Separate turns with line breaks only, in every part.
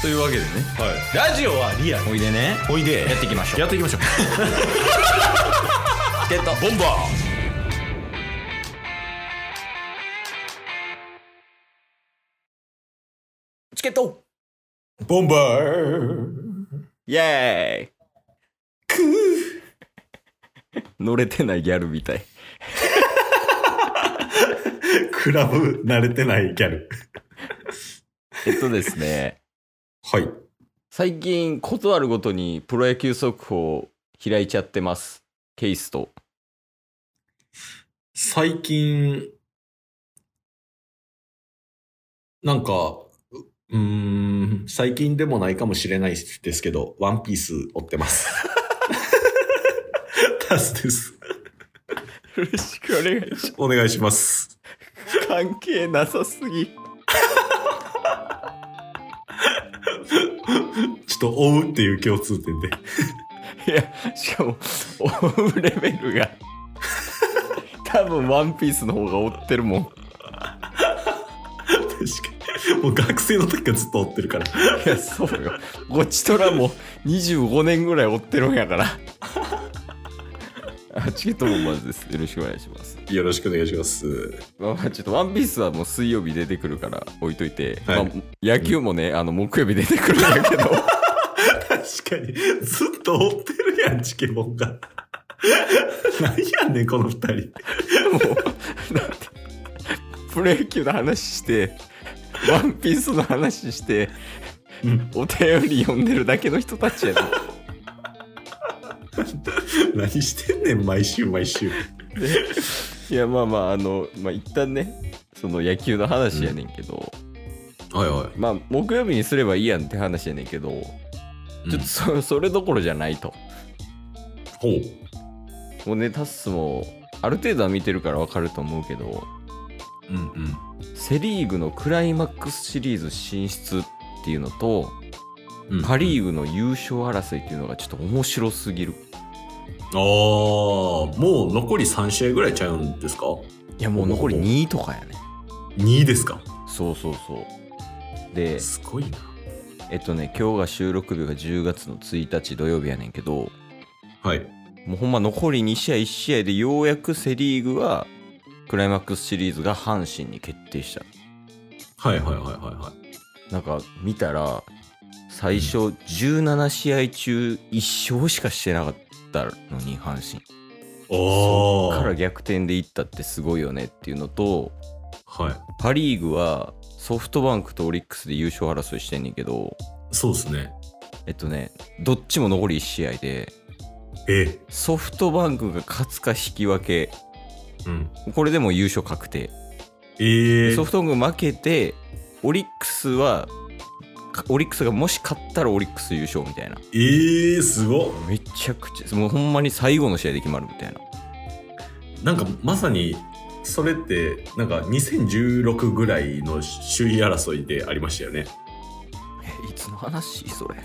というわけでね
はい、ラジオはリアル
おいでね
おいで
やっていきましょう
やっていきましょう
ゲット
ボンバ
チケット
ーボンバー
イエーイくー乗れてないギャルみたい
クラブ慣れてないギャル
えっとですね
はい
最近ことあるごとにプロ野球速報を開いちゃってますケイスと
最近なんかうーん最近でもないかもしれないですけどワンピース追ってますタスです
よろしくお願いします
お願いします
関係なさすぎ
ちょっと追うっていう共通点で
いやしかも追うレベルが多分ワンピースの方が追ってるもん
確かにもう学生の時からずっと追ってるから
いやそうよゴチトラも25年ぐらい追ってるんや からあチケットもまずですよろしくお願いします
よろしくお願いします
まあまあちょっと「ワンピースはもう水曜日出てくるから置いといて、
はい
まあ野球もね、あの木曜日出てくるんだ けど
確かに、ずっと追ってるやん、チケモンが。 何やねん、この二人。
もうだってプロ野球の話して「ワンピースの話して
うん
お便り読んでるだけの人たちやね
何してんねん、毎週毎週。
いやまあまああのまあ一旦ねその野球の話やねんけど、
はいは
まあ木曜日にすればいいやんって話やねんけど
い
ちょっとそ,、それどころじゃないと
ほう。
もうねタッスもある程度は見てるからわかると思うけど
うんうん。
セ・リーグのクライマックスシリーズ進出っていうのと
うん
パ・リーグの優勝争いっていうのがちょっと面白すぎる
ああ、もう残り3試合ぐらいちゃうんですか
いやもう残り2とかやね
?2 ですか
そうそうそうです
ごいな。
えっとね今日が収録日が10月の1日土曜日やねんけど
はい。
もうほんま残り2試合1試合でようやくセ・リーグはクライマックスシリーズが阪神に決定した
はいはいはいはいはい。
なんか見たら最初17試合中1勝しかしてなかったのに阪神
お
か
ー
ら逆転でいったってすごいよねっていうのと
はい。
パ・リーグはソフトバンクとオリックスで優勝争いしてんねんけど
そうですね。
えっとねどっちも残り1試合で
え、
ソフトバンクが勝つか引き分け
うん。
これでもう優勝確定
ええ
ソフトバンク負けてオリックスはかオリックスがもし勝ったらオリックス優勝みたいな
ええすごっ
めちゃくちゃもうほんまに最後の試合で決まるみたいな
なんかまさにそれってなんか2016ぐらいの首位争いでありましたよね
えいつの話そ れ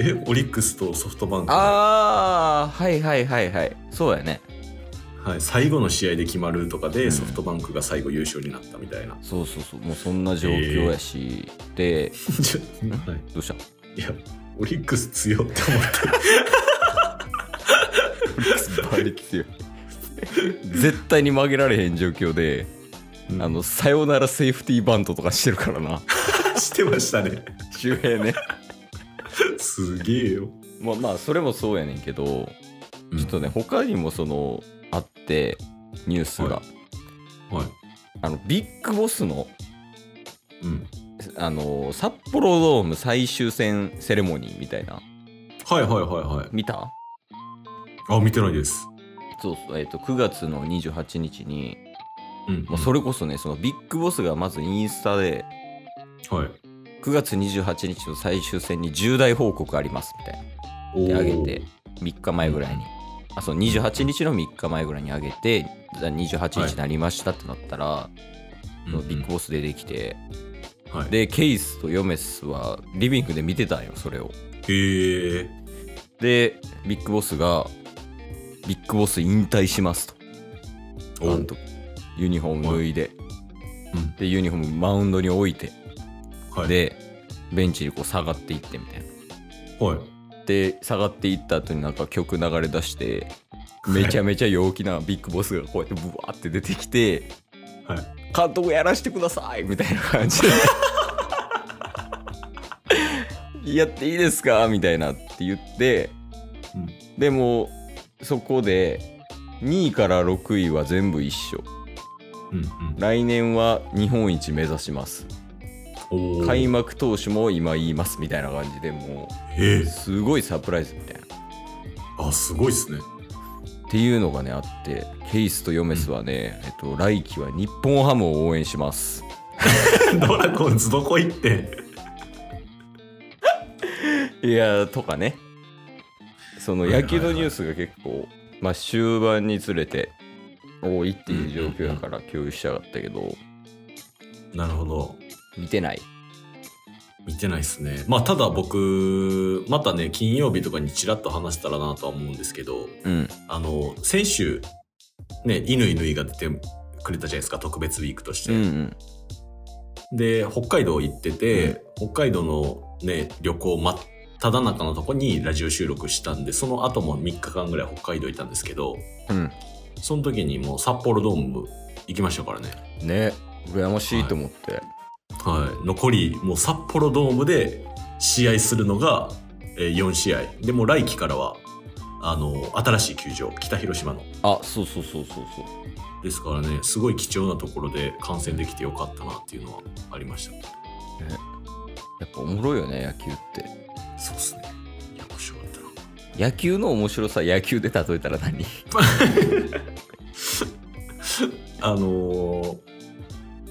えオリックスとソフトバンクの
ああはいはいはいはいそうやね
はい、最後の試合で決まるとか
う
で
ん
ソフトバンクが最後優勝になったみたいな、
そうそうそうもうそんな状況やし、で
ちょは
どうした
い、いやオリックス強って思って
オリックスバリ強い絶対に曲げられへん状況で、あのさよならセーフティーバントとかしてるからな
してましたね
周平ね
すげえよ
まあまあそれもそうやねんけど
うん
ちょっとね、他にもそのあってニュースが、
ははい
あのビッグボスの
うん、
あの札幌ドーム最終戦セレモニーみたいな
はいはいはいはい
見た
あ見てないです
そうそう、えっと9月の28日に、
うん
まあ、それこそねそのビッグボスがまずインスタで
はい
9月28日の最終戦に重大報告ありますみたい
お
な
ー
で上げて3日前ぐらいにあそう28日の3日前ぐらいに上げてじゃあ28日になりましたってなったら、
うん
その
うん
ビッグボス出てきて、
はい
でケイスとヨメスはリビングで見てたんよそれを
へえ
でビッグボスが「ビッグボス引退します」と
お
なんとユニフォーム脱いで、
うん
でユニフォームマウンドに置いて、
はい
でベンチにこう下がっていってみたいな。
はい。
で下がっていった後になんか曲流れ出してめちゃめちゃ陽気なビッグボスがこうやってブワーって出てきて「
はい
監督やらしてください」みたいな感じで 「やっていいですか?」みたいなって言って
うん
でもそこで2位から6位は全部一緒
うん
来年は日本一目指します
うん。おー
開幕投手も今言いますみたいな感じでも
ええ
うすごいサプライズみたいな。
あ、すごいっすね。
っていうのがねあってケイスとヨメスはね、えっと、来季は日本ハムを応援します
ドラゴンズどこ行ってん
いやーとかねその
はいはい
野
は
球
い
のニュースが結構、まあ、終盤につれて多いっていう状況だから共有しちゃったけど、
なるほど。
見てない
見てないっすね。まあ、ただ僕、またね、金曜日とかにちらっと話したらなとは思うんですけど、
うん
あの、先週、ね、犬犬が出てくれたじゃないですか、特別ウィークとし
う
て。
ん
で、北海道行ってて、北海道のね、旅行真っただ中のとこにラジオ収録したんで、その後も3日間ぐらい北海道行ったんですけど、
うん
その時にもう札幌ドーム行きましたからね。
うんね羨ましいと思って、
はい、残りもう札幌ドームで試合するのが、えー4試合でもう来季からはあの新しい球場北広島の
あそうそうそうそうそう
ですからねすごい貴重なところで観戦できてよかったなっていうのはありました
やっぱおもろいよね野球って
そうっすねいや面白かったな
野球の面白さ野球で例えたら何
あのー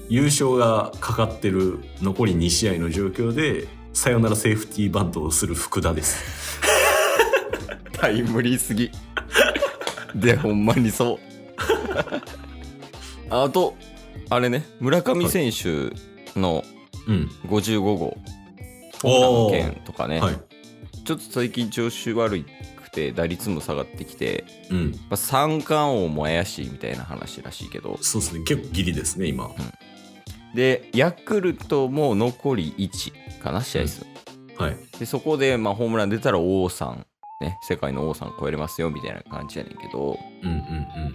優勝がかかってる残り2試合の状況でサヨナラセーフティーバントをする福田です
タイムリーすぎでほんまに そうあとあれね村上選手の
うん
55号
お
ホーム
お
ラ
は
ンの
い
件とかね、ちょっと最近調子悪くて打率も下がってきて、
うん
まあ、三冠王も怪しいみたいな話らしいけど
そうですね結構ギリですね今は
でヤクルトも残り1かな試合数、
い
でそこでまあホームラン出たら王さんね世界の王さん超えれますよみたいな感じやねんけど、
うんうんうん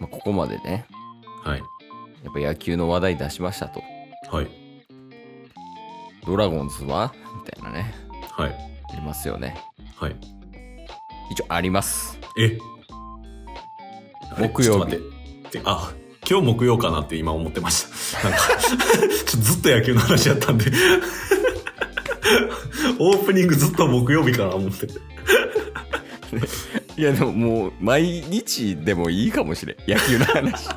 まあ、ここまでね
はい。
やっぱ野球の話題出しましたと。
はい。
ドラゴンズはみたいなね。
はい。
ありますよね。
はい。
一応あります。
えあれ
木曜日
ちょっと待って。てあ、今日木曜かなって今思ってました。なんか、 ちょずっと野球の話やったんで。 オープニングずっと木曜日かな思って。
いやでももう毎日でもいいかもしれん。野球の話。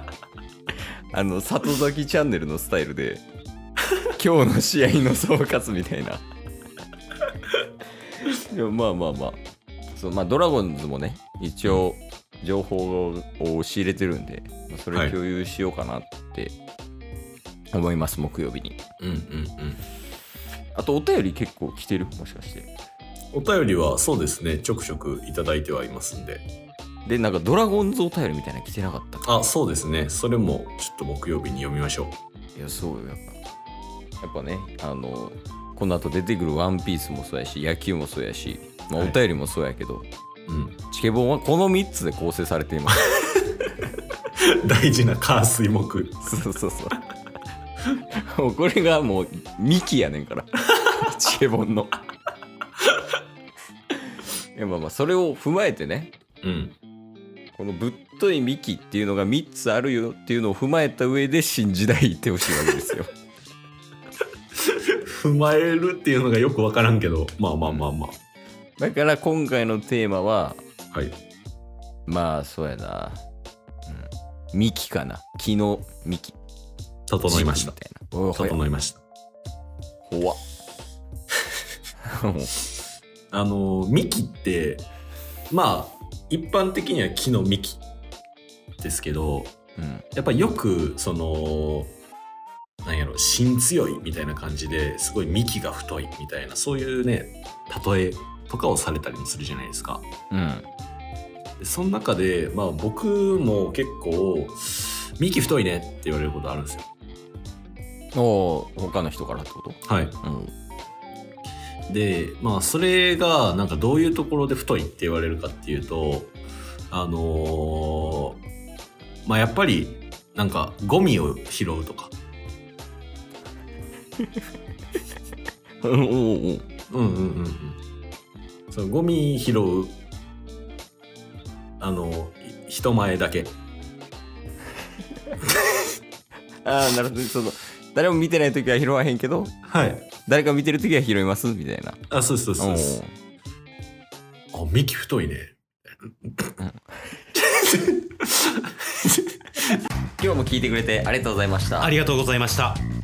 あの、里崎チャンネルのスタイルで、今日の試合の総括みたいな。でもまあまあまあ。そうまあ、ドラゴンズもね、一応情報を仕入れてるんで、まあそ
は
れ
い
共有しようかなって思います、木曜日に。
うんうんうん。
あとお便り結構来てるもしかして。
お便りはそうですね、ちょくちょくいただいてはいますんで。
で、なんかドラゴンズお便りみたいなの来てなかったか
あ、そうですね。それもちょっと木曜日に読みましょ
いや、そうよ、やっぱ。やっぱね、あの、この後出てくるワンピースもそうやし、野球もそうやし、まあ、お
はい
便りもそうやけど、
う。うん。
チケボンはこの3つで構成されています。
大事な火水木。
そうそうそう。もうこれがもう幹やねん から。チケボンの。いやまあまあ、それを踏まえてね、
うん。
このぶっとい幹っていうのが3つあるよっていうのを踏まえた上で新時代行ってほしいわけです よ。
踏まえるっていうのがよくわからんけど、まあまあまあま
だから今回のテーマは、
あ。はい。
まあそうやな。うん。幹かな。木の幹。
整いました
時。期みたいな。おいほや
整いました。
ほわ。
あの幹ってまあ一般的には木の幹ですけど
うん。
やっぱよくそのなんやろ芯強いみたいな感じですごい幹が太いみたいなそういうね例えとかをされたりもするじゃないですか。
うん。
でその中で、まあ、僕も結構幹太いねって言われることあるんですよ。
おお他の人からってこと
はい、
うん。
でまあそれがなんかどういうところで太いって言われるかっていうとあのーまあやっぱりなんかゴミを拾うとか
うんうんうん
うんうんうんうんそうゴミ拾うあのい人前だけ
ああなるほどその誰も見てない時は拾わへんけど
はい
誰か見てる時は拾いますみたいな
あそうですそうですそうですあ幹太いね
今日も聞いてくれてありがとうございました
ありがとうございました